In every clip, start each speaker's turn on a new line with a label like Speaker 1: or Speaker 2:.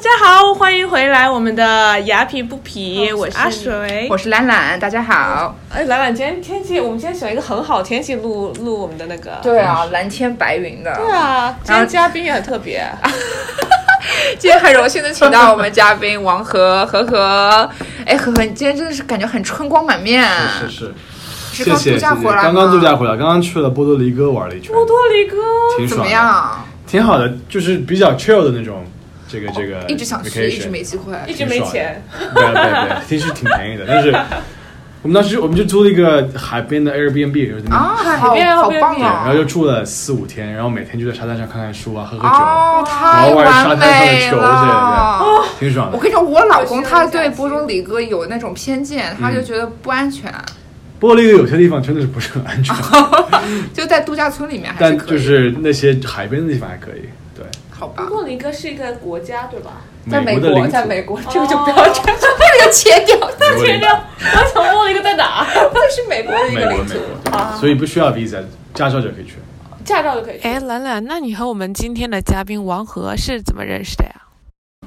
Speaker 1: 家好，欢迎回来我们的牙皮不皮，
Speaker 2: 哦
Speaker 1: 我是阿水。
Speaker 2: 我是兰兰，大家好。
Speaker 1: 哎，兰兰，今天天气，我们今天选一个很好的天气录录我们的那个。
Speaker 2: 对啊，蓝天白云的。
Speaker 1: 对啊，今
Speaker 2: 然
Speaker 1: 天
Speaker 2: 后
Speaker 1: 嘉宾也很特别，
Speaker 2: 今天很荣幸的请到我们嘉宾王和 和和。哎，和和，你今天真的是感觉很春光满面。
Speaker 3: 是是
Speaker 2: 嗯是
Speaker 3: 是，谢
Speaker 2: 刚
Speaker 3: 谢
Speaker 2: 度
Speaker 3: 谢谢，
Speaker 2: 假回来吗
Speaker 3: 刚刚度假回来，刚刚去了波多黎各玩了一圈，
Speaker 1: 波多黎各。
Speaker 3: 挺
Speaker 2: 怎么
Speaker 3: 爽的，
Speaker 2: 样？
Speaker 3: 挺好的，就是比较 chill 的那种，这个这个
Speaker 2: 哦一直想去，
Speaker 3: vacation
Speaker 2: 一直没机会。
Speaker 1: 一直没钱，
Speaker 3: 对对对，其实挺便宜的，但是我们当时我们就租了一个海边的 Airbnb，然后在那
Speaker 2: 啊，好
Speaker 1: 海边
Speaker 2: 好
Speaker 1: 边
Speaker 2: 棒
Speaker 3: 对，然后
Speaker 2: 啊！
Speaker 3: 就住了四五天，然后每天就在沙滩上看看书啊，喝喝酒，
Speaker 2: 哦，太
Speaker 3: 然后
Speaker 2: 完
Speaker 3: 晚上还有
Speaker 2: 美
Speaker 3: 球之类的
Speaker 2: 了。哦
Speaker 3: 挺爽
Speaker 2: 我
Speaker 3: 的。
Speaker 2: 跟你说，我老公
Speaker 1: 我是
Speaker 2: 他
Speaker 1: 很
Speaker 2: 对
Speaker 1: 想去
Speaker 2: 波多黎各有那种偏见，他
Speaker 3: 嗯
Speaker 2: 就觉得不安全，
Speaker 3: 波多黎各有些地方真的是不是 很安全，
Speaker 2: 就在度假村里面还是
Speaker 3: 但
Speaker 2: 可
Speaker 3: 就
Speaker 2: 以。
Speaker 3: 是那些海边的地方还可以。对，
Speaker 2: 好吧
Speaker 1: 波，多黎各是一个国家，对吧？
Speaker 2: 在美
Speaker 3: 国的领
Speaker 2: 国，
Speaker 3: 土，
Speaker 2: 在美国，这个就不要
Speaker 1: 哦
Speaker 2: 这样，这个就切掉。
Speaker 3: 美国的领土
Speaker 1: 我想波多黎各在哪？
Speaker 2: 那是美国的一
Speaker 3: 美
Speaker 2: 个
Speaker 3: 国
Speaker 2: 领
Speaker 3: 美
Speaker 2: 土。
Speaker 3: 国，对，所以不需要 visa，驾照就可以去。
Speaker 1: 驾照就可以去。
Speaker 4: 哎，兰兰，那你和我们今天的嘉宾王和是怎么认识的呀？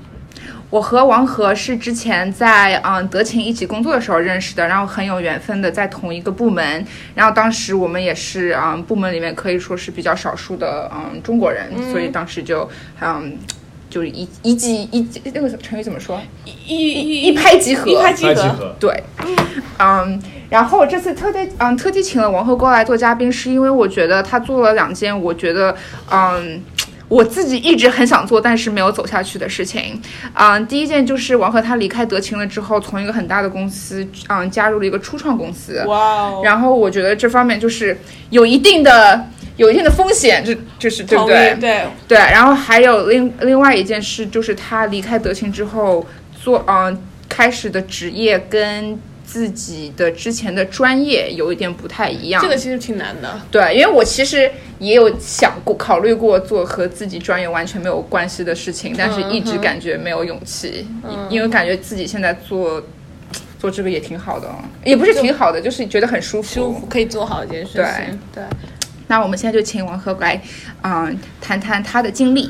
Speaker 2: 我和王和是之前在嗯德勤一起工作的时候认识的，然后很有缘分的在同一个部门，然后当时我们也是嗯部门里面可以说是比较少数的嗯中国人，所以当时就嗯就是一一记一记那个成语怎么说？
Speaker 1: 一一
Speaker 2: 一拍即合
Speaker 1: 一拍即
Speaker 3: 集
Speaker 1: 合。
Speaker 3: 合，
Speaker 2: 对，嗯，然后这次特地嗯特地请了王鹤过来做嘉宾，是因为我觉得他做了两件我觉得嗯。我自己一直很想做，但是没有走下去的事情，嗯，第一件就是王鹤他离开德勤了之后，从一个很大的公司，嗯，加入了一个初创公司，
Speaker 1: 哇哦！
Speaker 2: 然后我觉得这方面就是有一定的有一定的风险，这就是对不
Speaker 1: 同
Speaker 2: 对
Speaker 1: 意？对，
Speaker 2: 对，然后还有另另外一件事，就是他离开德勤之后做，嗯、开始的职业跟自己的之前的专业有一点不太一样。
Speaker 1: 这个其实挺难的。
Speaker 2: 对，因为我其实也有想过、考虑过做和自己专业完全没有关系的事情，但是一
Speaker 1: 嗯
Speaker 2: 直感觉没有勇气，因因为感觉自己现在做做这个也挺好的，也不是挺好的，就是觉得很舒服。
Speaker 1: 舒服可以做好一件事情，对
Speaker 2: 那我们现在就请王和来，嗯、谈谈他的经历。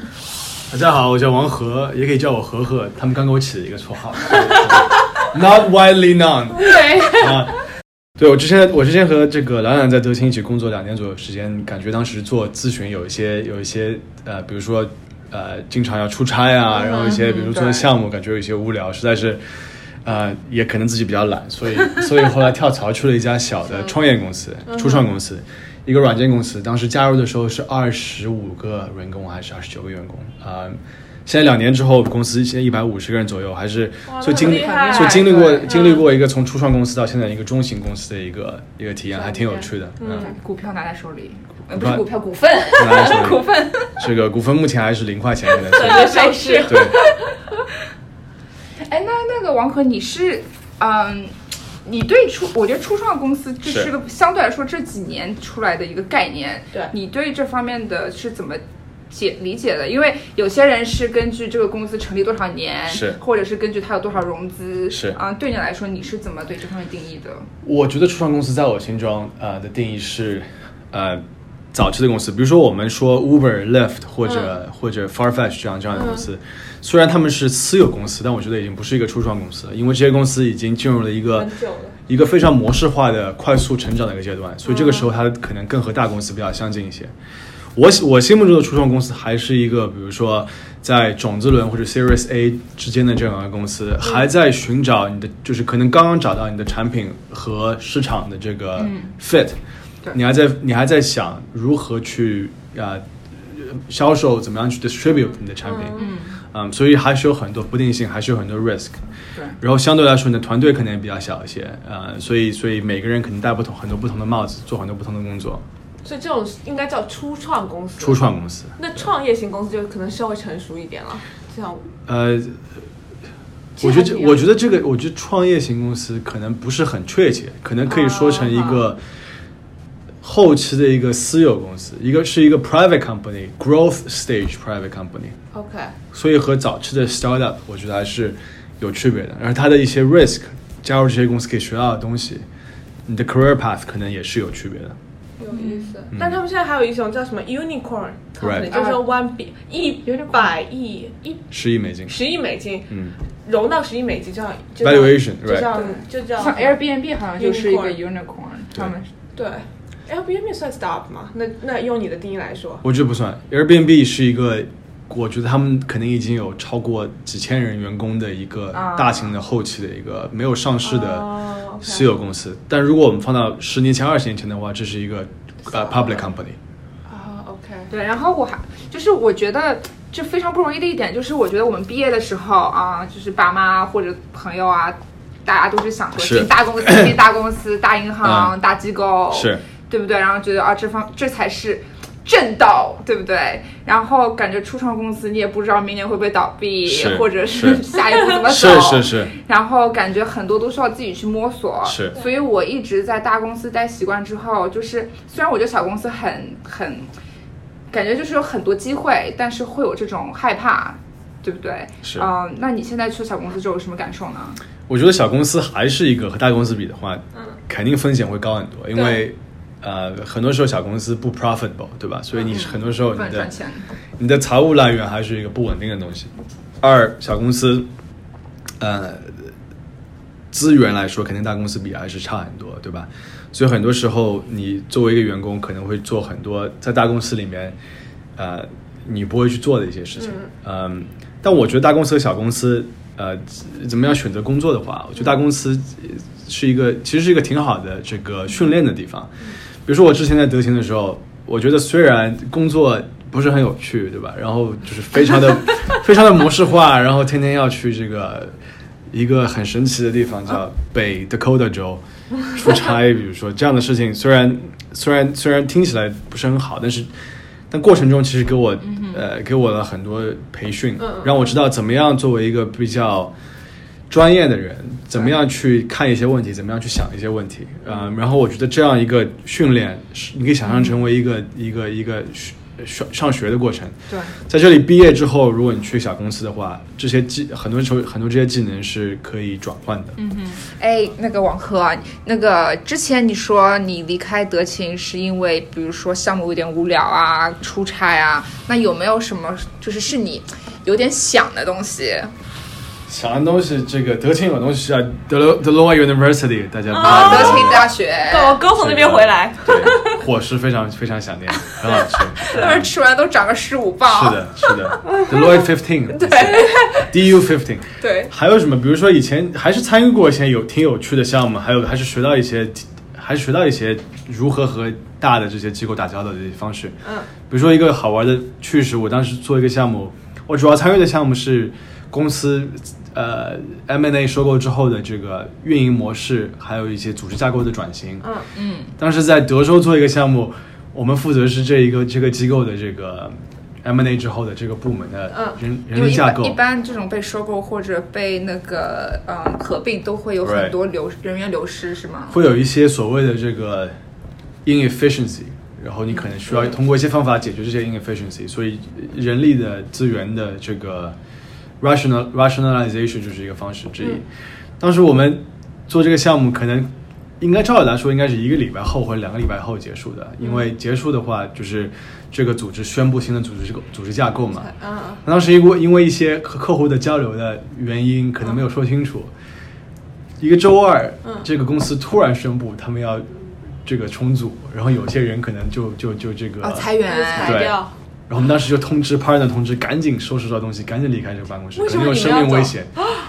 Speaker 3: 大家好，我叫王和，也可以叫我和和，他们刚给我起了一个绰 号，Not widely known
Speaker 1: 对，
Speaker 3: 啊。对我之前，我之前和这个兰兰在德勤一起工作两年左右时间，感觉当时做咨询有一些有一些呃，比如说呃，经常要出差啊，然后一些比如
Speaker 2: 对
Speaker 3: 说项目，感觉有一些无聊，实在是。呃，也可能自己比较懒，所以所以后来跳槽去了一家小的创业公司、初创公司，一个软件公司。当时加入的时候是二十五个员工还是二十九个员工？啊、现在两年之后，公司现在一百五十个人左右，还是
Speaker 1: 哇
Speaker 3: 所以
Speaker 1: 那
Speaker 3: 经
Speaker 1: 很
Speaker 3: 历
Speaker 1: 厉害啊
Speaker 3: 所以经历过
Speaker 2: 对
Speaker 3: 经历过一个从初创公司到现在一个中型公司的一个一个体验，还挺有趣的。嗯，
Speaker 2: 股票拿在手里，呃
Speaker 3: 股
Speaker 2: 不是
Speaker 3: 票
Speaker 2: 股票，股份，
Speaker 3: 拿在手里
Speaker 2: 股份。
Speaker 3: 这个股份目前还是零块钱，可能是
Speaker 1: 对没事。
Speaker 3: 对。
Speaker 2: 哎，那那个王和，你是，嗯，你对初，我觉得初创公司这
Speaker 3: 是
Speaker 2: 是个相对来说这几年出来的一个概念，
Speaker 1: 对
Speaker 2: 你对这方面的是怎么？解理解的，因为有些人是根据这个公司成立多少年，
Speaker 3: 是
Speaker 2: 或者是根据它有多少融资，
Speaker 3: 是
Speaker 2: 啊、对你来说，你是怎么对这方面定义的？
Speaker 3: 我觉得初创公司在我心中呃的定义是，呃，早期的公司，比如说我们说 Uber、Lyft 或者、
Speaker 1: 嗯
Speaker 3: 或者 Farfetch 这样这样的公司，虽然他们是私有公司，但我觉得已经不是一个初创公司了，因为这些公司已经进入了一个
Speaker 1: 很久了
Speaker 3: 一个非常模式化的快速成长的一个阶段，所以这个时候它可能更和大公司比较相近一些。我我心目中的初创公司还是一个，比如说在种子轮或者 Series A 之间的这样一个公司，还在寻找你的，就是可能刚刚找到你的产品和市场的这个 fit，、
Speaker 2: 对
Speaker 3: 你还在你还在想如何去啊、呃销售，怎么样去 distribute 你的产品，嗯所以还是有很多不定性，还是有很多 risk。
Speaker 2: 对，
Speaker 3: 然后相对来说，你的团队可能也比较小一些，呃，所以所以每个人可能戴不同很多不同的帽子，做很多不同的工作。
Speaker 1: 所以这种应该叫初创公司。
Speaker 3: 初。创公司，
Speaker 1: 那创业型公司就可能稍微成熟一点了，这样
Speaker 3: 呃，
Speaker 1: 其
Speaker 3: 我
Speaker 1: 实还
Speaker 3: 觉得这
Speaker 1: 挺
Speaker 3: 我觉得这个，我觉得创业型公司可能不是很确切，可能可以说成一个后期的一个私有公司，一个是一个 private company，growth stage private company。
Speaker 1: OK。
Speaker 3: 所以和早期的 startup 我觉得还是有区别的。而它的一些 risk，加入这些公司可以学到的东西，你的 career path 可能也是有区别的。
Speaker 2: 有意思。
Speaker 1: 但他们现在还有一种叫什么 unicorn company，
Speaker 3: 嗯 Right
Speaker 1: 就是说 one 比一百亿一
Speaker 3: 十亿美金，
Speaker 1: 十亿美金，
Speaker 3: 嗯，
Speaker 1: 融到十亿美金就叫就叫
Speaker 3: Valuation，
Speaker 1: 就叫
Speaker 2: right
Speaker 1: 就叫
Speaker 2: 像 Airbnb 好像就是一个 unicorn，他们
Speaker 1: 对，Airbnb 算 startup 吗？那那用你的定义来说，
Speaker 3: 我觉得不算。Airbnb 是一个，我觉得他们肯定已经有超过几千人员工的一个
Speaker 2: 啊
Speaker 3: 大型的后期的一个没有上市的
Speaker 1: 哦，OK
Speaker 3: 私有公司。但如果我们放到十年前、二十年前的话，这是一个呃 public company。
Speaker 1: 啊，OK，
Speaker 2: 对，然后我还就是我觉得这非常不容易的一点，就是我觉得我们毕业的时候啊、就是爸妈或者朋友啊，大家都是想说
Speaker 3: 是
Speaker 2: 进大公司、 进大公司、大银行、
Speaker 3: 嗯
Speaker 2: 大机构，
Speaker 3: 是
Speaker 2: 对不对？然后觉得啊，这方这才是正道，对不对？然后感觉初创公司你也不知道明年会不会倒闭，
Speaker 3: 是
Speaker 2: 或者是
Speaker 3: 是
Speaker 2: 下一步怎么走，
Speaker 3: 是是是，
Speaker 2: 然后感觉很多都需要自己去摸索，
Speaker 3: 是
Speaker 2: 所以我一直在大公司待习惯之后，就是虽然我觉得小公司很很，感觉就是有很多机会，但是会有这种害怕，对不对？
Speaker 3: 是
Speaker 2: 嗯、那你现在去小公司之后有什么感受呢？
Speaker 3: 我觉得小公司还是一个和大公司比的话，
Speaker 2: 嗯
Speaker 3: 肯定风险会高很多，因为呃很多时候小公司不 profitable，对吧？所以你很多时候
Speaker 2: 嗯不
Speaker 3: 哦你
Speaker 2: 能
Speaker 3: 的
Speaker 2: 赚钱，
Speaker 3: 你的财务来源还是一个不稳定的东西。二，小公司，呃，资源来说，肯定大公司比还是差很多，对吧？所以很多时候，你作为一个员工，可能会做很多在大公司里面，呃，你不会去做的一些事情。嗯、但我觉得大公司和小公司，呃，怎么样选择工作的话，我觉得大公司是一个其实是一个挺好的这个训练的地方。比如说我之前在德勤的时候，我觉得虽然工作不是很有趣，对吧？然后就是非常的非常的模式化，然后天天要去这个一个很神奇的地方叫北 Dakota 州出差，比如说这样的事情，虽然虽然虽然听起来不是很好，但是但过程中其实给我、呃给我了很多培训，让我知道怎么样作为一个比较。专业的人怎么样去看一些问题，怎么样去想一些问题，嗯，然后我觉得这样一个训练，是你可以想象成为一
Speaker 1: 嗯
Speaker 3: 个、一个一个学上上学的过程。
Speaker 2: 对，
Speaker 3: 在这里毕业之后，如果你去小公司的话，这些技很多时候很多这些技能是可以转换的。嗯，
Speaker 2: 哎，那个王珂，那个之前你说你离开德勤是因为，比如说项目有点无聊啊，出差啊，那有没有什么就是是你有点想的东西？
Speaker 3: 想的东西，这个德勤有东西啊，德罗德罗 University 大家不知道
Speaker 1: 哦
Speaker 2: 德
Speaker 3: 有没有
Speaker 2: 勤大学，
Speaker 1: 我刚从那边回来，
Speaker 3: 对，伙食非常非常想念，很好吃。
Speaker 2: 他们吃完都长个十五磅。
Speaker 3: 是，的，是的，Deloitte Fifteen，对，DU Fifteen，
Speaker 2: 对
Speaker 3: 还有什么？比如说以前还是参与过一些有挺有趣的项目，还有还是学到一些，还是学到一些如何和大的这些机构打交道的一些方式。
Speaker 1: 嗯，
Speaker 3: 比如说一个好玩的趣事，我当时做一个项目，我主要参与的项目是公司呃 M&A 收购之后的这个运营模式，还有一些组织架构的转型。
Speaker 1: 嗯
Speaker 2: 嗯，
Speaker 3: 当时在德州做一个项目，我们负责是这一个这个机构的这个 M&A 之后的这个部门的
Speaker 1: 嗯
Speaker 3: 人、
Speaker 2: 因
Speaker 3: 人
Speaker 2: 为
Speaker 3: 力
Speaker 2: 一
Speaker 3: 架
Speaker 2: 般
Speaker 3: 构。
Speaker 2: 一般这种被收购或者被那个嗯合并，都会有
Speaker 3: Right
Speaker 2: 很多流人员流失，是吗？
Speaker 3: 会有一些所谓的这个 inefficiency，然后你可能需要通过一些方法解决这些 inefficiency，所以人力的资源的这个 rational rationalization 就是一个方式之一。当时我们做这个项目，可能应该照理来说应该是一个礼拜后或者两个礼拜后结束的，因为结束的话就是这个组织宣布新的组织组织架构嘛。
Speaker 1: 嗯，
Speaker 3: 当时因为因为一些和客户的交流的原因，可能没有说清楚。一个周二，
Speaker 1: 嗯
Speaker 3: 这个公司突然宣布他们要这个重组，然后有些人可能就就就这个
Speaker 2: 哦，裁员
Speaker 1: 被。裁
Speaker 3: 对
Speaker 1: 掉，
Speaker 3: 然后我们当时就通知 partner 同志赶紧收拾收拾东西，赶紧离开这个办公室，
Speaker 1: 为
Speaker 3: 可
Speaker 1: 什
Speaker 3: 能
Speaker 1: 么
Speaker 3: 有
Speaker 1: 你们
Speaker 3: 生
Speaker 1: 要
Speaker 3: 命危
Speaker 1: 走啊
Speaker 3: 险。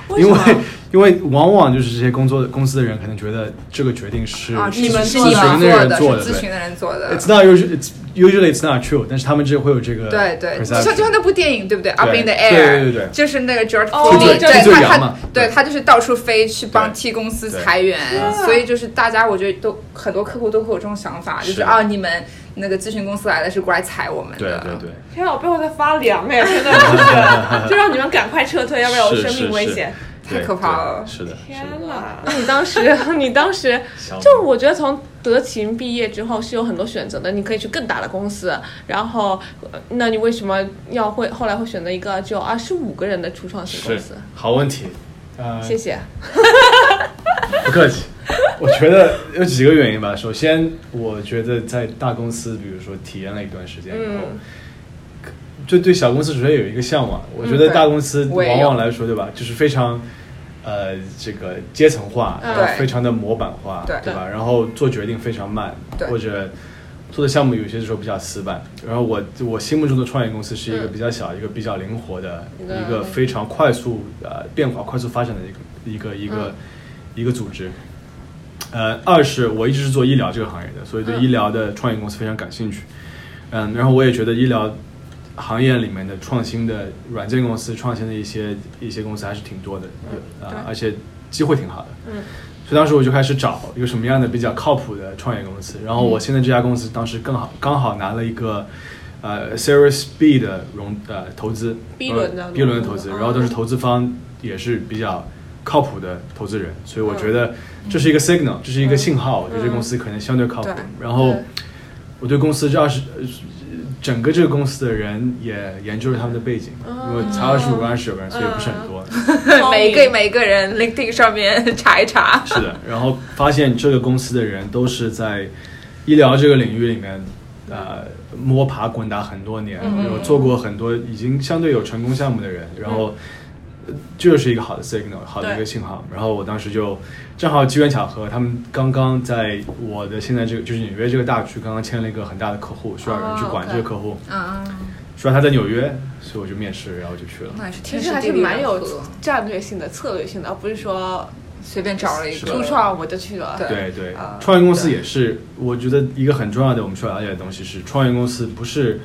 Speaker 1: 为
Speaker 3: 因
Speaker 1: 什
Speaker 3: 为
Speaker 1: 么
Speaker 3: 因为往往就是这些工作公司的人可能觉得这个决定是
Speaker 2: 啊，
Speaker 3: 咨
Speaker 2: 是
Speaker 1: 们
Speaker 2: 是
Speaker 1: 做
Speaker 2: 你
Speaker 1: 的
Speaker 3: 询
Speaker 2: 们
Speaker 3: 的
Speaker 2: 做
Speaker 3: 人
Speaker 2: 的，是
Speaker 3: 做的，
Speaker 2: 咨询
Speaker 3: 对。
Speaker 2: 的人做的。
Speaker 3: It's not usually it's usually it's not true，但是他们这会有这个
Speaker 2: 对对，就像
Speaker 3: perception
Speaker 2: 就像那部电影，对不对？Up in the
Speaker 3: 对
Speaker 2: air，
Speaker 3: 对对对
Speaker 2: 就是那个 George
Speaker 1: 哦对对
Speaker 2: Clooney，对
Speaker 3: 对
Speaker 2: 他
Speaker 3: 羊
Speaker 2: 他
Speaker 3: 嘛，
Speaker 2: 对
Speaker 3: 对
Speaker 2: 他就是到处飞去帮
Speaker 3: 对
Speaker 2: T 公司
Speaker 3: 对
Speaker 2: 裁员，
Speaker 1: 啊
Speaker 2: 所以就是大家我觉得都很多客户都会有这种想法，就是
Speaker 3: 是
Speaker 2: 啊，你们那个咨询公司来的是过来裁我们
Speaker 3: 对
Speaker 2: 的，
Speaker 3: 对对。
Speaker 1: 天啊，我背后在发凉哎，真的 就是，就让你们赶快撤退，要不然我
Speaker 3: 是
Speaker 1: 生命危险。
Speaker 2: 太
Speaker 3: 对
Speaker 2: 可怕了
Speaker 3: 对是的，是
Speaker 1: 天啊
Speaker 3: 的
Speaker 1: 哪！那你当时， 你当时
Speaker 3: 小
Speaker 1: 就我觉得从德勤毕业之后是有很多选择的，你可以去更大的公司。然后，呃那你为什么要会后来会选择一个只有二十五个人的初创型公
Speaker 3: 是
Speaker 1: 司？
Speaker 3: 好问题。呃，
Speaker 1: 谢谢。
Speaker 3: 不客气。我觉得有几个原因吧。首先，我觉得在大公司，比如说体验了一段时间以后，
Speaker 1: 嗯
Speaker 3: 就对小公司首先有一个向往。我觉
Speaker 2: 嗯
Speaker 3: 得
Speaker 2: 对
Speaker 3: 大公司
Speaker 2: 我也
Speaker 3: 往
Speaker 2: 有
Speaker 3: 往来说，对吧，就是非常呃这个阶层化，
Speaker 1: 嗯
Speaker 3: 然后
Speaker 2: 对
Speaker 3: 非常的模板化，
Speaker 2: 对
Speaker 3: 对吧？然后做决定非常慢
Speaker 2: 对，
Speaker 3: 或者。做的项目有些时候比较死板，然后我我心目中的创业公司是一个
Speaker 1: 嗯
Speaker 3: 比较小、一个比较灵活的、
Speaker 1: 一个
Speaker 3: 一个非常快速呃变化、快速发展的一个一个一个、
Speaker 2: 嗯
Speaker 3: 一个组织。呃，二是我一直是做医疗这个行业的，所以对
Speaker 1: 嗯
Speaker 3: 医疗的创业公司非常感兴趣。嗯，然后我也觉得医疗行业里面的创新的软件公司、创新的一些一些公司还是挺多的，啊、
Speaker 1: 对
Speaker 3: 而且机会挺好的。
Speaker 1: 嗯
Speaker 3: 所以当时我就开始找有什么样的比较靠谱的创业公司。然后
Speaker 1: 嗯
Speaker 3: 我现在这家公司当时更好刚好拿了一个呃 Series B 的融呃投资
Speaker 1: B 轮的
Speaker 3: 呃 B 轮的投资，
Speaker 1: 哦
Speaker 3: 然后当时投资方也是比较靠谱的投资人，所
Speaker 1: 嗯
Speaker 3: 以我觉得这是一个 signal，这是一个信号，我觉得这公司可能相对靠谱
Speaker 2: 对。
Speaker 3: 然后
Speaker 1: 对
Speaker 3: 我对公司这二十。呃整个这个公司的人也研究了他们的背景，
Speaker 1: 哦嗯
Speaker 3: 因为才二十五个、二十九个人，所以不是很多。
Speaker 2: 每一个每一个人 LinkedIn 上面查一查。
Speaker 3: 是的，然后发现这个公司的人都是在医疗这个领域里面，呃，摸爬滚打很多年，有做过很多已经相对有成功项目的人，然后。呃这就是一个好的 signal，好的一个信号。然后我当时就正好机缘巧合，他们刚刚在我的现在这个就是纽约这个大区刚刚签了一个很大的客户，需要有人去
Speaker 1: 哦
Speaker 3: 管
Speaker 1: OK
Speaker 3: 这个客户。
Speaker 2: 啊，
Speaker 3: 虽然他在纽约，所以我就面试，然后就去了。
Speaker 2: 那也是
Speaker 1: 其
Speaker 2: 天
Speaker 1: 实
Speaker 2: 时
Speaker 1: 还
Speaker 2: 地
Speaker 1: 是
Speaker 2: 利
Speaker 1: 蛮
Speaker 2: 人
Speaker 1: 有
Speaker 2: 和，
Speaker 1: 战略性的、策略性的，而不是说哎
Speaker 2: 随便找了一
Speaker 3: 是
Speaker 2: 个
Speaker 3: 的
Speaker 1: 初创我就去了。
Speaker 2: 对
Speaker 3: 对对
Speaker 1: 啊，
Speaker 3: 创业公司也是，我觉得一个很重要的我们需要了解的东西是，创业公司不是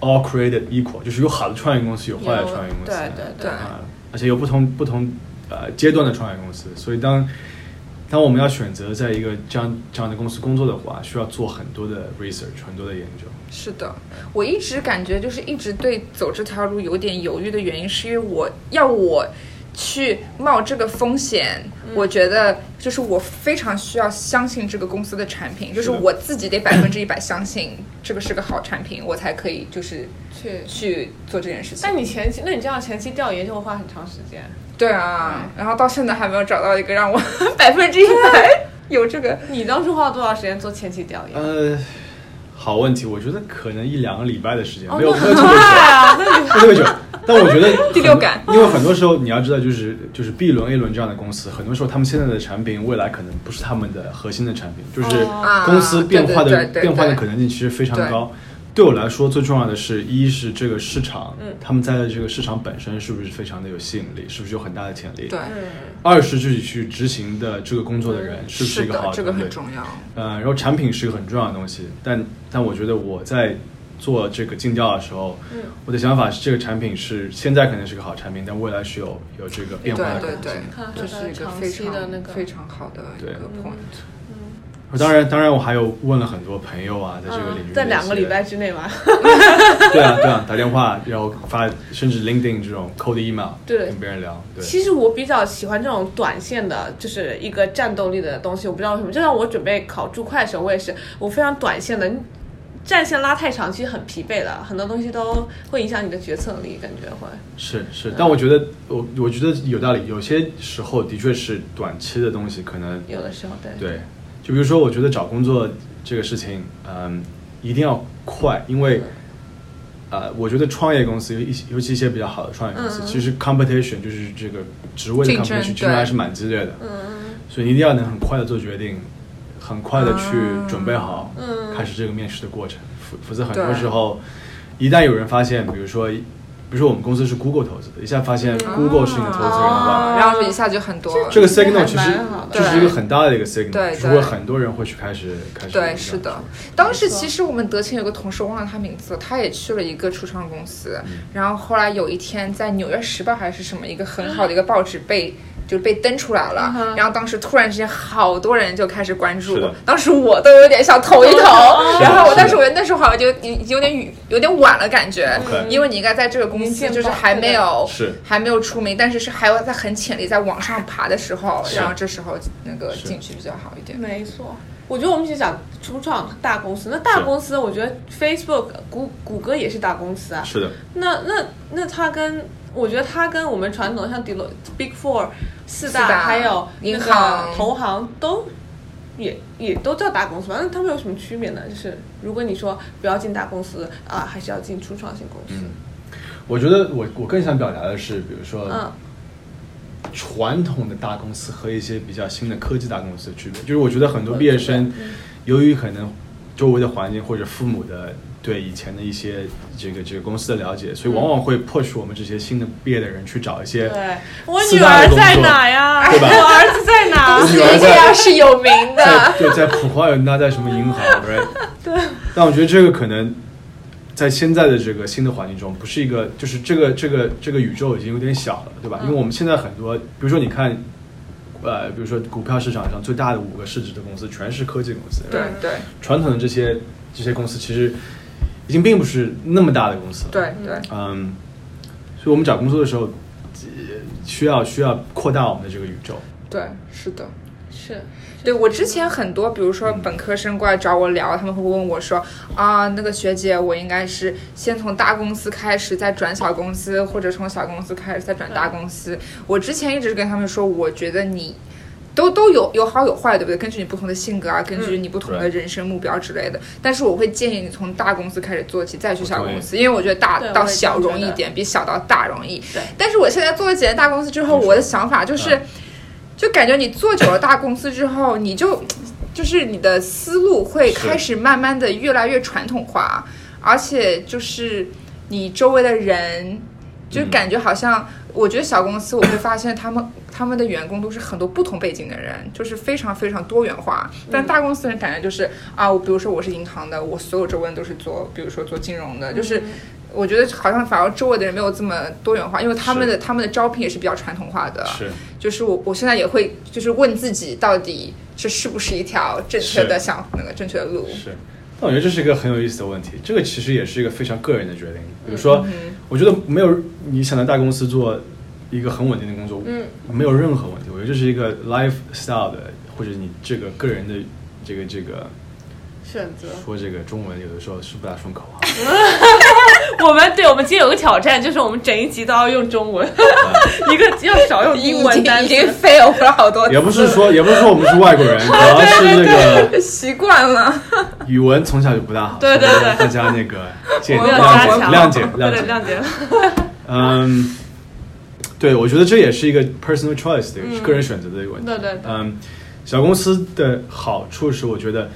Speaker 3: all created equal，就是有好的创业公司，有
Speaker 1: 有
Speaker 3: 坏的创业公司，
Speaker 1: 对对
Speaker 2: 对
Speaker 3: 啊，而且有不同不同呃阶段的创业公司，所以当当我们要选择在一个这样这样的公司工作的话，需要做很多的 research，很多的研究。
Speaker 2: 是的，我一直感觉就是一直对走这条路有点犹豫的原因，是因为我要我去冒这个风险，我觉得就是我非常需要相信这个公司的产品，就是
Speaker 3: 是的
Speaker 2: 我自己得百分之一百相信这个是个好产品，我才可以就是
Speaker 1: 去。
Speaker 2: 去做这件事情
Speaker 1: 但。你前期，那你这样前期调研就会花很长时间。
Speaker 2: 对啊，然后到现在还没有找到一个让我 百分之一百有这个。
Speaker 1: 你当初花了多少时间做前期调研？
Speaker 3: 呃，好问题，我觉得可能一两个礼拜的时间，
Speaker 1: 哦
Speaker 3: 没有
Speaker 1: 那
Speaker 3: 没有特别久。
Speaker 1: 啊，那
Speaker 3: 不 特别久，但我 觉得
Speaker 2: 第六感
Speaker 3: 很，因为很多时候你要知道，就是就是 B 轮、A 轮这样的公司，很多时候他们现在的产品，未来可能不是他们的核心的产品，就是
Speaker 2: 哦
Speaker 3: 公司变化
Speaker 2: 对
Speaker 3: 的
Speaker 2: 对对对
Speaker 3: 变化的可能性其实非常高。对我来说，最重要的是，一是这个市场，
Speaker 2: 嗯
Speaker 3: 他们在这个市场本身是不是非常的有吸引力，是不是有很大的潜力？
Speaker 2: 对。，
Speaker 1: 嗯
Speaker 3: 二是自己去执行的这个工作的人是不
Speaker 2: 嗯是
Speaker 3: 一个
Speaker 2: 的
Speaker 3: 好，的
Speaker 2: 这个
Speaker 3: 团队
Speaker 2: 很重要。
Speaker 3: 呃，然后产品是一个很重要的东西，但但我觉得我在做这个尽调的时候，
Speaker 1: 嗯
Speaker 3: 我的想法是这个产品是现在可能是个好产品，但未来是有有这个变
Speaker 2: 对
Speaker 3: 化的可
Speaker 2: 对
Speaker 3: 能
Speaker 2: 对
Speaker 3: 性。
Speaker 1: 看看，
Speaker 2: 这是一个
Speaker 1: 长
Speaker 2: 非
Speaker 1: 期
Speaker 2: 常
Speaker 1: 的那个嗯
Speaker 2: 非常好的一
Speaker 3: 对
Speaker 2: 个 point。
Speaker 3: 当然，当然我还有问了很多朋友啊，在这个领域、
Speaker 1: 嗯，在两个礼拜，之内吧。
Speaker 3: 对啊对啊，打电话，然后发甚至 LinkedIn 这种 cold email，
Speaker 1: 对
Speaker 3: 跟别人聊，对。
Speaker 1: 其实我比较喜欢这种短线的，就是一个战斗力的东西。我不知道为什么，就像我准备考注快的时候，我也是，我非常短线的，战线拉太长，其实很疲惫的，很多东西都会影响你的决策力，感觉会。
Speaker 3: 是
Speaker 1: 嗯
Speaker 3: 是，但我觉得我我觉得有道理，有些时候的确是短期的东西可能
Speaker 1: 有的时候，对，
Speaker 3: 对，就比如说，我觉得找工作这个事情，嗯，一定要快，因为，呃，我觉得创业公司，尤一尤其一些比较好的创业公司，
Speaker 1: 嗯
Speaker 3: 其实 competition 就是这个职位的
Speaker 2: 竞争
Speaker 3: competition 竞
Speaker 2: 对
Speaker 3: 争还是蛮激烈的，所以你一定要能很快的做决定，很快的去准备好，开始这个面试的过程，否否则很多
Speaker 2: 对
Speaker 3: 时候，一旦有人发现，比如说。比如说，我们公司是 Google 投资的，一下发现
Speaker 2: 嗯
Speaker 3: Google 是你的投资人的话，
Speaker 1: 啊
Speaker 2: 哦然后一下就很多。
Speaker 3: 这个
Speaker 1: 其实还
Speaker 3: signal 其实
Speaker 1: 蛮好的
Speaker 3: 就是一个很大的一个 signal，
Speaker 2: 对
Speaker 3: 就会
Speaker 2: 对
Speaker 3: 很多人会去开始开始
Speaker 2: 对，是的。当时其实我们德勤有个同事，忘了他名字了，他也去了一个初创公司，
Speaker 3: 嗯
Speaker 2: 然后后来有一天在《纽约时报》还是什么一个很好的一个报纸被。就被登出来了，然后当时突然之间好多人就开始关注
Speaker 3: 是的，
Speaker 2: 当时我都有点想投一投，然后
Speaker 3: 是的
Speaker 2: 我但是我那时候好像就已已经有点有点晚了感觉
Speaker 3: OK
Speaker 2: 因为你应该在这个公
Speaker 1: 你
Speaker 2: 司
Speaker 1: 见
Speaker 2: 就是
Speaker 1: 报
Speaker 2: 还没有
Speaker 3: 是
Speaker 2: 还没有出名，但是是还要在很潜力在往上爬的时候，
Speaker 3: 是
Speaker 2: 然后这时候那个
Speaker 3: 是
Speaker 2: 进去比较好一点。
Speaker 1: 没错。我觉得我们一起讲初创大公司，那大
Speaker 3: 是
Speaker 1: 公司，我觉得 Facebook、谷谷歌也是大公司啊。
Speaker 3: 是的，
Speaker 1: 那那那它跟我觉得它跟我们传统像 Delo- Big Four 四
Speaker 2: 四大
Speaker 1: 大还有那
Speaker 2: 银
Speaker 1: 个
Speaker 2: 行
Speaker 1: 投行都也也都叫大公司，反正他们有什么区别呢？就是如果你说不要进大公司啊，还是要进初创型公司。
Speaker 3: 嗯我觉得我我更想表达的是，比如说，
Speaker 1: 嗯
Speaker 3: 传统的大公司和一些比较新的科技大公司的区别，就是我觉得很多毕业生，
Speaker 1: 嗯
Speaker 3: 由于可能周围的环境或者父母的对以前的一些这个这个公司的了解，所以往往会迫使我们这些新的毕业的人去找一些
Speaker 1: 嗯对，我
Speaker 3: 四
Speaker 1: 女
Speaker 3: 大的
Speaker 1: 儿
Speaker 3: 工作
Speaker 1: 在哪 呀？
Speaker 3: 对吧
Speaker 1: 我儿子在 哪？
Speaker 3: 女儿
Speaker 2: 这
Speaker 3: 在
Speaker 2: 样是有名的
Speaker 3: 在。对在普华永道在什么银行，right？对。但我觉得这个可能在现在的这个新的环境中，不是一个就是这个这个这个宇宙已经有点小了，对吧？因为我们现在很多，比如说你看，呃，比如说股票市场上最大的五个市值的公司，全是科技公司，
Speaker 2: 对
Speaker 3: right？
Speaker 2: 对
Speaker 3: 传统的这些这些公司其实已经并不是那么大的公司了，
Speaker 2: 对对，
Speaker 3: 嗯，所以我们找工作的时候，呃需要需要扩大我们的这个宇宙，
Speaker 2: 对，是的。
Speaker 1: 是，
Speaker 2: 对我之前很多，比如说本科生过来找我聊，他们会问我说啊，那个学姐，我应该是先从大公司开始，再转小公司，或者从小公司开始再转大公司。我之前一直跟他们说，我觉得你。都都有有好有坏，对不对？根据你不同的性格啊，根据你不同的人生目标之类的。但是我会建议你从大公司开始做起，再去小
Speaker 3: 我同意
Speaker 2: 公司，因为我觉得大
Speaker 1: 对
Speaker 2: 到
Speaker 1: 我也这样
Speaker 2: 小容易
Speaker 1: 觉
Speaker 2: 一
Speaker 1: 得
Speaker 2: 点，比小到大容易。
Speaker 1: 对
Speaker 2: 但是我现在做了几家大公司之后，我的想法就是，就感觉你做久了大公司之后，你就就是你的思路会开始慢慢的越来越传统化，而且就是你周围的人，就感觉好像，我觉得小公司我会发现他们。他们的员工都是很多不同背景的人，就是非常非常多元化。但大公司人感觉就是啊，我比如说我是银行的，我所有周围人都是做，比如说做金融的，就是我觉得好像反而周围的人没有这么多元化，因为他们的他们的招聘也是比较传统化的。
Speaker 3: 是。
Speaker 2: 就是我我现在也会就是问自己，到底这是不是一条正确的
Speaker 3: 是
Speaker 2: 想那个正确的路？
Speaker 3: 是，但我觉得这是一个很有意思的问题。这个其实也是一个非常个人的决定。比如
Speaker 1: 嗯
Speaker 3: 说，我觉得没有你想在大公司做一个很稳定的工作，
Speaker 1: 嗯，
Speaker 3: 没有任何问题。我觉得这是一个 lifestyle 的，或者你这个个人的这个这个
Speaker 1: 选择。
Speaker 3: 说这个中文有的时候是不大顺口啊。
Speaker 1: 我们对，我们今天有个挑战，就是我们整一集都要用中文，
Speaker 3: 啊
Speaker 1: 一个要少用英文
Speaker 2: 已经
Speaker 1: 单
Speaker 2: 已
Speaker 1: 词
Speaker 2: 经。fail 了好多次，
Speaker 3: 也不是说，也不是说我们是外国人，主要是这个
Speaker 2: 习惯了。
Speaker 3: 语文从小就不大好。
Speaker 1: 对对
Speaker 3: 所以
Speaker 1: 对
Speaker 3: 大家那个见
Speaker 1: 我
Speaker 2: 们
Speaker 1: 们要加
Speaker 2: 谅解
Speaker 1: 强，
Speaker 3: 谅解
Speaker 1: 对
Speaker 3: 谅解
Speaker 1: 对谅解。
Speaker 3: 嗯，对，我觉得这也是一个 personal choice 的、
Speaker 1: 嗯
Speaker 3: 个人选择的一个问题。
Speaker 1: 对对对
Speaker 3: 嗯，小公司的好处是，我觉得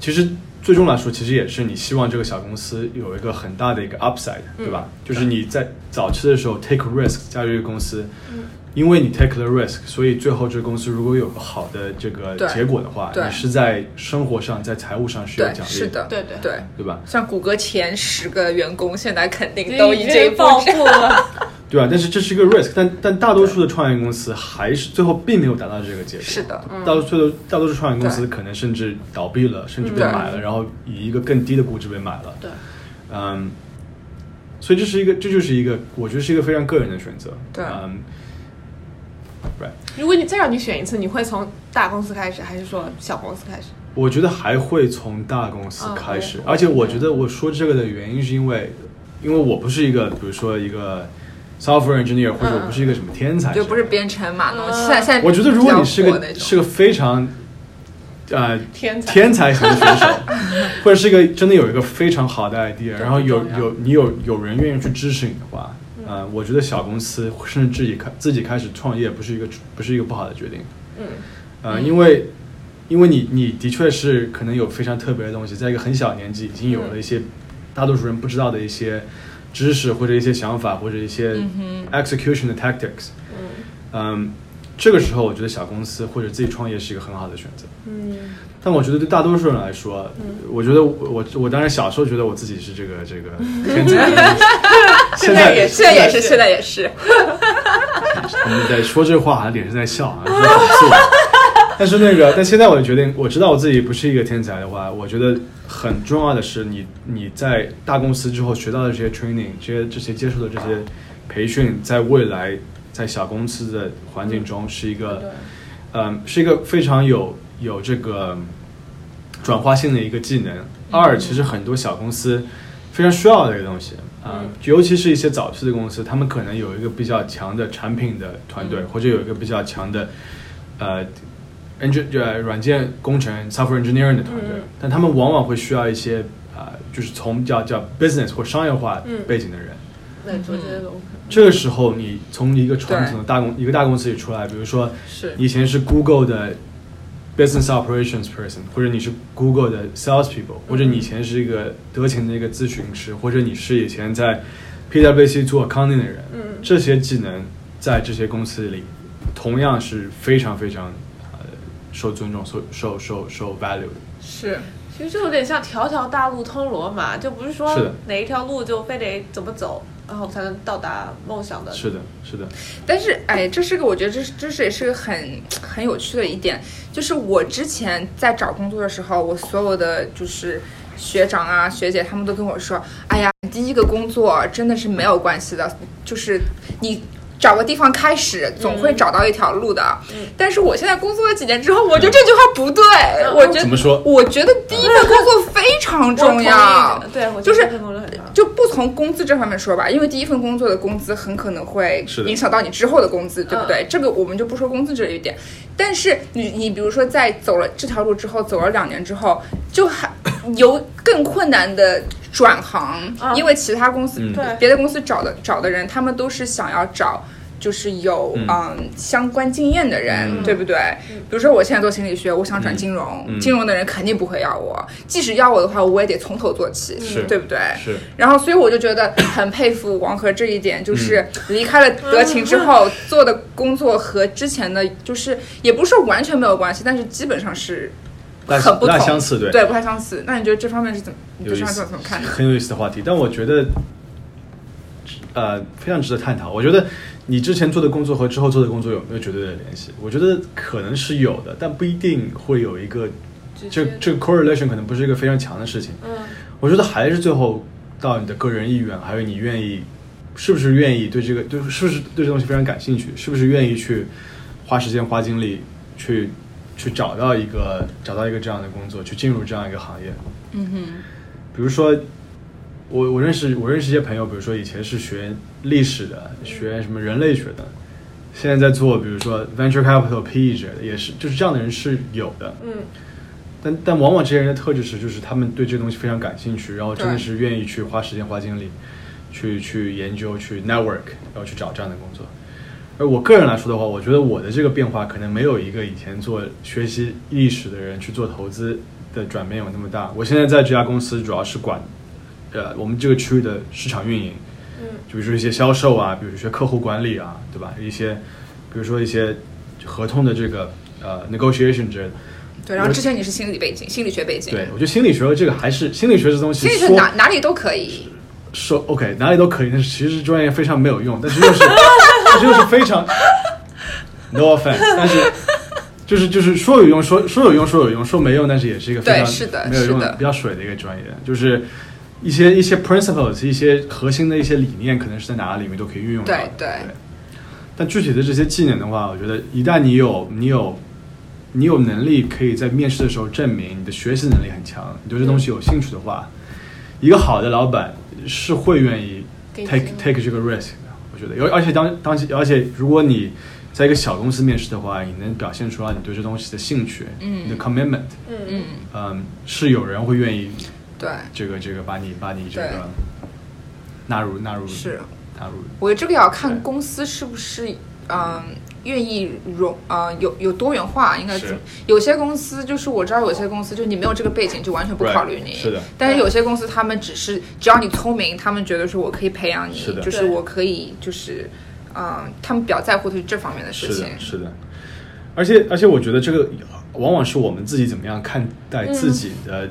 Speaker 3: 其实最终来说，其实也是你希望这个小公司有一个很大的一个 upside，、对
Speaker 2: 嗯
Speaker 3: 吧？就是你在早期的时候 take a risk 加入一个公司。
Speaker 2: 嗯
Speaker 3: 因为你 take the risk，所以最后这个公司如果有个好的这个
Speaker 2: 对
Speaker 3: 结果的话，
Speaker 2: 对
Speaker 3: 你是在生活上、在财务上是有
Speaker 2: 对
Speaker 3: 奖，励
Speaker 2: 是的，，
Speaker 1: 对对
Speaker 2: 对。
Speaker 3: 对吧？
Speaker 2: 像谷歌前十个员工，现在肯定都已经不
Speaker 1: 暴
Speaker 2: 知
Speaker 1: 富 了，
Speaker 3: 对吧？但是这是一个 risk，但但大多数的创业公司还是最后并没有达到这个结果。
Speaker 2: 是的，嗯
Speaker 3: 大多数的大多数创业公
Speaker 2: 对
Speaker 3: 司可能甚至倒闭了，甚至被
Speaker 2: 嗯
Speaker 3: 买了，然后以一个更低的估值被买了。
Speaker 1: 对，
Speaker 3: 嗯，所以这是一个，这就是一个，我觉得是一个非常个人的选择。
Speaker 2: 对
Speaker 3: 嗯，right，
Speaker 1: 如果你再让你选一次，你会从大公司开始，还是说小公司开始？
Speaker 3: 我觉得还会从大公司
Speaker 1: 嗯
Speaker 3: 开始，
Speaker 1: 我
Speaker 3: 而且我觉
Speaker 2: 嗯
Speaker 3: 得我说这个的原因是因为，因为我不是一个，比如说一个 software engineer，或者我不是一个什么天才之类
Speaker 2: 嗯
Speaker 3: 的，
Speaker 2: 就不是编程码农。
Speaker 1: 嗯
Speaker 2: 现在现在
Speaker 3: 我觉得如果你是
Speaker 2: 比较火
Speaker 3: 个
Speaker 2: 那种
Speaker 3: 是个非常呃
Speaker 1: 天才
Speaker 3: 天才型 的选手，或者是一个真的有一个非常好的 idea，然后有
Speaker 1: 重要嗯
Speaker 3: 有你有有人愿意去支持你的话，呃，我觉得小公司甚至自己开自己开始创业不是一个不是一个不好的决定，
Speaker 1: 嗯，
Speaker 3: 呃，因为因为你你的确是可能有非常特别的东西，在一个很小年纪已经有了一
Speaker 1: 嗯
Speaker 3: 些大多数人不知道的一些知识或者一些想法或者一些
Speaker 1: 嗯
Speaker 3: execution 的 tactics，嗯，这个时候我觉得小公司或者自己创业是一个很好的选择。
Speaker 1: 嗯，
Speaker 3: 但我觉得对大多数人来说，
Speaker 2: 嗯
Speaker 3: 我觉得我我我当然小时候觉得我自己是这个这 个天才，现在
Speaker 2: 也 现在也是，现在也是，
Speaker 3: 你在说这话好像脸是在笑啊， 是在讽刺我。但是那 个，但现在我决定，我知道我自己不是一个天才的话，我觉得很重要的是你你在大公司之后学到的这些 training，这些这些接受的这些培训，在未来在小公司的环境中是一个，嗯，是一个非常有有这个
Speaker 1: 嗯
Speaker 3: 转化性的一个技能。二，其实很多小公司非常需要的一个东西，啊、
Speaker 1: 嗯
Speaker 3: 尤其是一些早期的公司，他们可能有一个比较强的产品的团
Speaker 1: 嗯
Speaker 3: 队，或者有一个比较强的呃 engine 呃软件工程 software engineering 的团队，
Speaker 1: 嗯
Speaker 3: 但他们往往会需要一些啊、就是从叫叫 business 或商业化
Speaker 1: 嗯
Speaker 3: 背景的人。
Speaker 1: 来做这些
Speaker 2: 嗯
Speaker 1: 东西。
Speaker 3: 这个时候，你从一个传统的大公一个大公司里出来，比如说
Speaker 1: 是
Speaker 3: 以前是 Google 的 business operations person，或者你是 Google 的 sales people，或者你以前是一个德勤的一个咨询师，或者你是以前在 PwC 做 accounting 的人，
Speaker 1: 嗯
Speaker 3: 这些技能在这些公司里同样是非常非常呃受尊重、受受受受 value 的。
Speaker 2: 是
Speaker 1: 其实就有点像条条大路通罗马，就不是说
Speaker 3: 是的
Speaker 1: 哪一条路就非得怎么走，然后才能到达梦想的。
Speaker 3: 是的，是的，
Speaker 2: 但是，哎，这是个我觉得这是这是也是个很很有趣的一点，就是我之前在找工作的时候，我所有的就是学长啊学姐他们都跟我说，哎呀，第一个工作真的是没有关系的，就是你。找个地方开始，总
Speaker 1: 嗯
Speaker 2: 会找到一条路的。但是我现在工作了几年之后，
Speaker 1: 嗯
Speaker 2: 我觉得这句话不对。我觉得
Speaker 3: 怎么 说
Speaker 2: 我觉得第一个工作非常
Speaker 1: 我同
Speaker 2: 重
Speaker 1: 意
Speaker 2: 要。
Speaker 1: 对，我觉得
Speaker 2: 就是
Speaker 1: 这份工作很重要
Speaker 2: 就不从工资这方面说吧，因为第一份工作的工资很可能会
Speaker 3: 是的
Speaker 2: 影响到你之后的工资，对不
Speaker 1: 嗯
Speaker 2: 对？这个我们就不说工资这一点。但是你你比如说在走了这条路之后，走了两年之后，就 还有更困难的转行，
Speaker 1: 嗯
Speaker 2: 因为其他公司、
Speaker 3: 嗯
Speaker 1: 对
Speaker 2: 别的公司找的找的人，他们都是想要找。就是有
Speaker 3: 嗯
Speaker 2: 嗯相关经验的人，
Speaker 3: 嗯
Speaker 2: 对不对？比如说我现在做心理学，我想转金融，
Speaker 3: 嗯嗯
Speaker 2: 金融的人肯定不会要我，即使要我的话，我也得从头做起，
Speaker 3: 是
Speaker 2: 对不对？
Speaker 3: 是。
Speaker 2: 然后，所以我就觉得很佩服王和这一点，就是
Speaker 3: 嗯
Speaker 2: 离开了德勤之后做的工作和之前的，就是也不是说完全没有关系，但是基本上是
Speaker 3: 大
Speaker 2: 很不
Speaker 3: 大
Speaker 2: 同，
Speaker 3: 相似对
Speaker 2: 对，不太相似。那你觉得这方面是怎么？你
Speaker 3: 有
Speaker 2: 对
Speaker 3: 意
Speaker 2: 这方
Speaker 3: 思
Speaker 2: 面怎么看的？
Speaker 3: 很有意思的话题，但我觉得，呃，非常值得探讨。我觉得你之前做的工作和之后做的工作有没有绝对的联系？我觉得可能是有的，但不一定会有一个，
Speaker 1: 直
Speaker 3: 这
Speaker 1: 接
Speaker 3: 这个 correlation 可能不是一个非常强的事情。
Speaker 1: 嗯
Speaker 3: 我觉得还是最后到你的个人意愿，还有你愿意是不是愿意对这个，就是是不是对这东西非常感兴趣，是不是愿意去花时间花精力去去找到一个找到一个这样的工作，去进入这样一个行业。
Speaker 2: 嗯哼，
Speaker 3: 比如说，我我认识我认识一些朋友，比如说以前是学历史的，学什么人类学的，现在在做比如说 venture capital PE 之类的，也是就是这样的人是有的。
Speaker 1: 嗯，
Speaker 3: 但但往往这些人的特质是，就是他们对这个东西非常感兴趣，然后真的
Speaker 2: 对
Speaker 3: 是愿意去花时间、花精力，去去研究、去 network，然后去找这样的工作。而我个人来说的话，我觉得我的这个变化可能没有一个以前做学习历史的人去做投资的转变有那么大。我现在在这家公司主要是管，呃，我们这个区域的市场运营，
Speaker 1: 嗯，
Speaker 3: 就比如说一些销售啊，比如说一些客户管理啊，对吧？一些，比如说一些合同的这个呃 negotiation 之类的。
Speaker 2: 对。然后
Speaker 3: 我
Speaker 2: 之前你是心理背景，心理学背景，
Speaker 3: 对，我觉得心理学这个还是心理学这东西
Speaker 2: 心理学
Speaker 3: 说
Speaker 2: 哪哪里都可以，
Speaker 3: 说 OK 哪里都可以，但是其实专业非常没有用，但是又 是但是又是非常 no offense，但是就是就是说有用说说有用说有用说没用，但是也是一个非
Speaker 2: 对
Speaker 3: 常
Speaker 2: 是的
Speaker 3: 没有用
Speaker 2: 是的
Speaker 3: 比较水的一个专业，就是一些一些 principles 一些核心的一些理念，可能是在哪个领域都可以运用到的。
Speaker 2: 对对
Speaker 3: 但具体的这些技能的话，我觉得一旦你有你有你有能力可以在面试的时候证明你的学习能力很强，你对这
Speaker 2: 嗯
Speaker 3: 东西有兴趣的话，一个好的老板是会愿意
Speaker 1: 给你
Speaker 3: take
Speaker 1: 机会
Speaker 3: take 这个 risk 的。我觉得，而而且当当而且如果你在一个小公司面试的话，你能表现出来你对这东西的兴趣，
Speaker 2: 嗯
Speaker 3: 你的 commitment，
Speaker 1: 嗯
Speaker 2: 嗯，
Speaker 3: 嗯，是有人会愿意
Speaker 2: 对，
Speaker 3: 这个这个把你把你这
Speaker 2: 对
Speaker 3: 个纳入纳入
Speaker 2: 是。
Speaker 3: 纳入
Speaker 2: 我觉得这个要看
Speaker 3: 对
Speaker 2: 公司是不是嗯愿意容呃有有多元化，应该
Speaker 3: 是
Speaker 2: 怎么？有些公司就是我知道有些公司就你没有这个背景就完全不
Speaker 3: Right，
Speaker 2: 考虑你，
Speaker 3: 是的
Speaker 2: 但是有些公司他们只是只要你聪明，他们觉得说我可以培养你，
Speaker 3: 是的
Speaker 2: 就是
Speaker 1: 对
Speaker 2: 我可以就是嗯他们比较在乎的是这方面的事
Speaker 3: 是
Speaker 2: 情
Speaker 3: 的，，是的。而且而且，我觉得这个往往是我们自己怎么样看待自己的，
Speaker 2: 嗯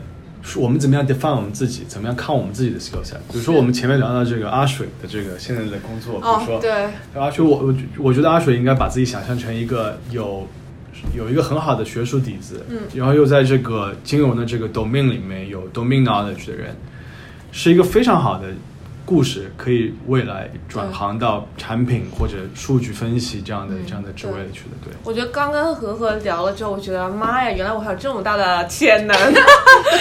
Speaker 3: 是我们怎么样 define 我们自己，怎么样看我们自己的 skill set。比如说我们前面聊到这个阿水的这个现在的工作，比如说、
Speaker 1: 哦，对，
Speaker 3: 阿水，我我我觉得阿水应该把自己想象成一个有有一个很好的学术底子，
Speaker 1: 嗯
Speaker 3: 然后又在这个金融的这个 domain 里面有 domain knowledge 的人，是一个非常好的故事可以未来转行到产品或者数据分析这
Speaker 1: 嗯
Speaker 3: 样的、这样的职位去的，对。
Speaker 1: 我觉得刚跟和和聊了之后，我觉得妈呀，原来我还有这么大的潜能。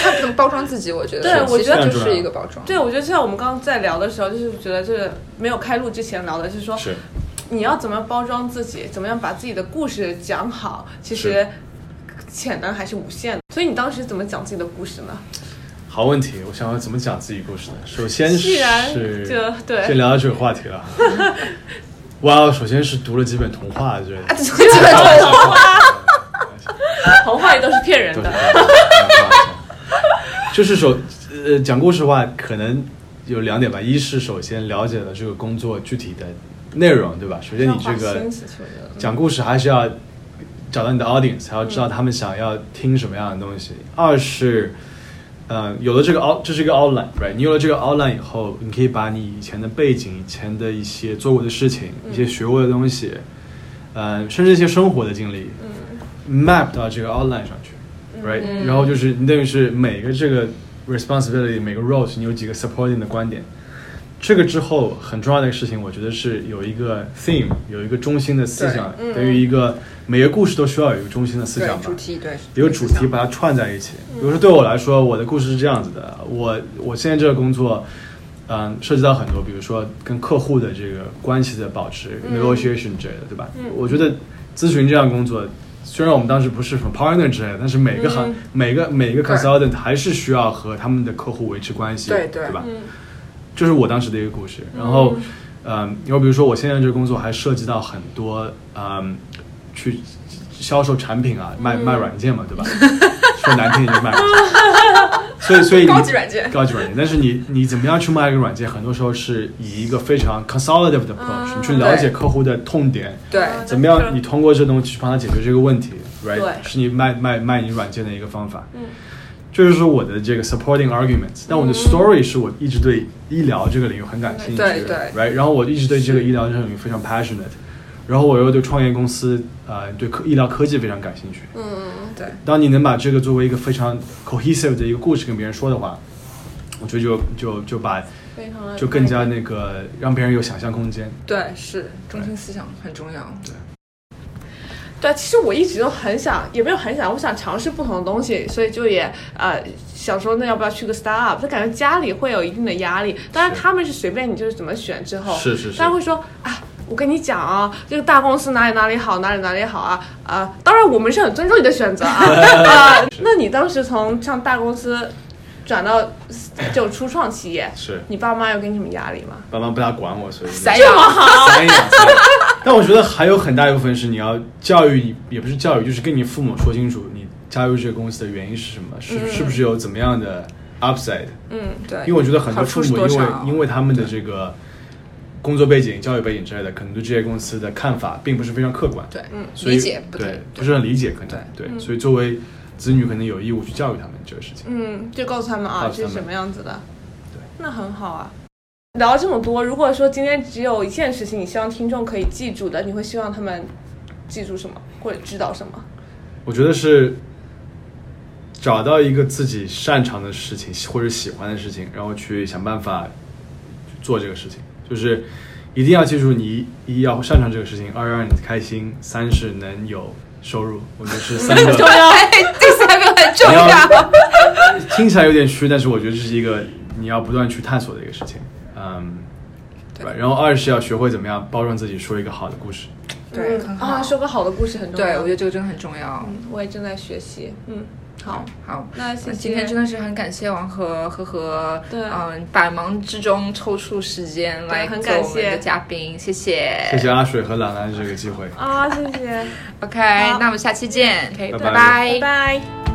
Speaker 2: 他能包装自己，我觉得
Speaker 1: 对我
Speaker 2: 其
Speaker 1: 觉得
Speaker 2: 实就
Speaker 3: 非常重
Speaker 2: 是
Speaker 3: 要
Speaker 2: 一个包装。
Speaker 1: 对，我觉得就像我们刚刚在聊的时候，就是觉得就是没有开录之前聊的，就是说
Speaker 3: 是，
Speaker 1: 你要怎么包装自己，怎么样把自己的故事讲好，其实
Speaker 3: 是
Speaker 1: 潜能还是无限的。所以你当时怎么讲自己的故事呢？
Speaker 3: 好问题，我想要怎么讲自己故事呢？首先
Speaker 1: 既然
Speaker 3: 是
Speaker 1: 就对
Speaker 3: 先聊到这个 话题了。哇，哦首先是读了几本童话，对，
Speaker 2: 啊，这个这个
Speaker 3: 童话，
Speaker 1: 童话也都是骗人
Speaker 3: 对
Speaker 1: 的。
Speaker 3: 嗯 就是首呃讲故事的话，可能有两点吧。一是首先了解了这个工作具体的内容，对吧？首先你这
Speaker 1: 要花
Speaker 3: 个
Speaker 1: 心思去我觉得
Speaker 3: 讲故事还是要找到你的 audience，还要知道他们想要听什么样的东西。二是，呃，有了这个 out，这是一个 outline，right？你有了这个 outline 以后，你可以把你以前的背景、以前的一些做过的事情、
Speaker 1: 嗯
Speaker 3: 一些学过的东西，呃，甚至一些生活的经历、map 到这个 outline 上去，right？、然
Speaker 2: 嗯
Speaker 3: 后就是你等于是每个这个 responsibility，每个 roles 你有几个 supporting 的观点。这个之后很重要的一个事情，我觉得是有一个 theme，有一个中心的思想，等于一个每个故事都需要有一个中心的思想吧。
Speaker 2: 题嗯对，
Speaker 3: 一个主题把它串在一起。比如说对我来说，我的故事是这样子的：我我现在这个工作，嗯，涉及到很多，比如说跟客户的这个关系的保持、negotiation 之类的，对吧？我觉得咨询这样工作，虽然我们当时不是什么 partner 之类的，但是每个行、每个每个 consultant 还是需要和他们的客户维持关系，
Speaker 2: 对
Speaker 3: 对
Speaker 2: 对
Speaker 3: 吧？这是我当时的一个故事。然后，嗯，因为比如说我现在这个工作还涉及到很多，嗯，去销售产品啊，
Speaker 2: 嗯
Speaker 3: 卖、卖软件嘛，对吧？ 说难听一点就卖软件。 所以，所以你
Speaker 2: 高级软件
Speaker 3: 高级软件。但是你你怎么样去卖一个软件，很多时候是以一个非常 consultative 的 approach，、你去了解
Speaker 2: 对
Speaker 3: 客户的痛点，
Speaker 2: 啊对
Speaker 3: 怎么样？你通过这东西去帮他解决这个问题，right？
Speaker 1: 对
Speaker 3: 是你卖卖卖你软件的一个方法。嗯，这就是我的这个 supporting arguments。但
Speaker 2: 嗯
Speaker 3: 我的 story 是我一直对医疗这个领域很感兴趣的，
Speaker 2: 对对
Speaker 3: ，right？然后我一直对这个医疗这个领域非常 passionate，然后我又对创业公司，呃，对科医疗科技非常感兴趣。
Speaker 2: 嗯
Speaker 1: 嗯
Speaker 2: 对
Speaker 3: 当你能把这个作为一个非常 cohesive 的一个故事跟别人说的话，我觉得就就就把
Speaker 1: 非常的
Speaker 3: 就更加那个让别人有想象空间。
Speaker 2: 对是中心思想很重要。
Speaker 1: 对，其实我一直都很想，也没有很想，我想尝试不同的东西，所以就也呃想说，那要不要去个 startup？但感觉家里会有一定的压力，当然
Speaker 3: 是
Speaker 1: 他们是随便你就是怎么选之后，
Speaker 3: 是是是
Speaker 1: 大家会说啊。我跟你讲啊，这个大公司哪里哪里好，哪里哪里好啊啊！当然，我们是很尊重你的选择 啊啊。那你当时从像大公司转到这种初创企业，
Speaker 3: 是
Speaker 1: 你爸妈有给你们压力吗？
Speaker 3: 爸妈不大管我，所以
Speaker 2: 散养
Speaker 3: 散养。散养但我觉得还有很大一部分是你要教育，也不是教育，就是跟你父母说清楚你加入这个公司的原因是什么，
Speaker 2: 嗯
Speaker 3: 是、是不是有怎么样的 upside？
Speaker 1: 嗯
Speaker 2: 对，
Speaker 3: 因为我觉得很
Speaker 2: 嗯
Speaker 3: 多
Speaker 2: 好处
Speaker 3: 父
Speaker 2: 是
Speaker 3: 母
Speaker 2: 多
Speaker 3: 因为
Speaker 2: 少
Speaker 3: 因为他们的这个工作背景、教育背景之类的，可能对这些公司的看法并不是非常客观，
Speaker 2: 对嗯
Speaker 3: 所以
Speaker 2: 理解不
Speaker 3: 对
Speaker 2: 对
Speaker 3: 不是很理解，可能对所以作为子女，可能有义务去教育他们这个事情。
Speaker 1: 嗯，就告诉他们啊
Speaker 3: 告，诉他
Speaker 1: 这
Speaker 3: 们
Speaker 1: 是什么样子的。
Speaker 3: 对，
Speaker 1: 那很好啊。聊了这么多，如果说今天只有一件事情，你希望听众可以记住的，你会希望他们记住什么，或者知道什 么？
Speaker 3: 我觉得是找到一个自己擅长的事情或者喜欢的事情，然后去想办法做这个事情。就是一定要记住你，一要擅长这个事情，二让你开心，三是能有收入。我觉得是三个。
Speaker 2: 哎，第三个很重
Speaker 3: 你
Speaker 2: 要。
Speaker 3: 要听起来有点虚，但是我觉得这是一个你要不断去探索的一个事情。嗯，对吧。然后二是要学会怎么样包装自己，说一个好的故事。
Speaker 2: 对，
Speaker 1: 嗯
Speaker 2: 很
Speaker 1: 啊，
Speaker 2: 好。
Speaker 1: 说个好的故事很重要。
Speaker 2: 对，我觉得这个真的很重要。
Speaker 1: 嗯我也正在学习。嗯，好，
Speaker 2: 好，
Speaker 1: 那谢谢
Speaker 2: 今天真的是很感谢王和和和，
Speaker 1: 对
Speaker 2: 嗯，百忙之中抽出时间来
Speaker 1: 很
Speaker 2: 做
Speaker 1: 感
Speaker 2: 我们
Speaker 1: 谢
Speaker 2: 的嘉宾，谢谢。
Speaker 3: 谢谢阿水和兰兰这个机会。
Speaker 1: 啊，谢谢，
Speaker 2: OK，
Speaker 1: 好
Speaker 2: 那我们下期见，
Speaker 1: OK，
Speaker 3: 拜
Speaker 2: 拜
Speaker 3: 拜
Speaker 1: 拜拜。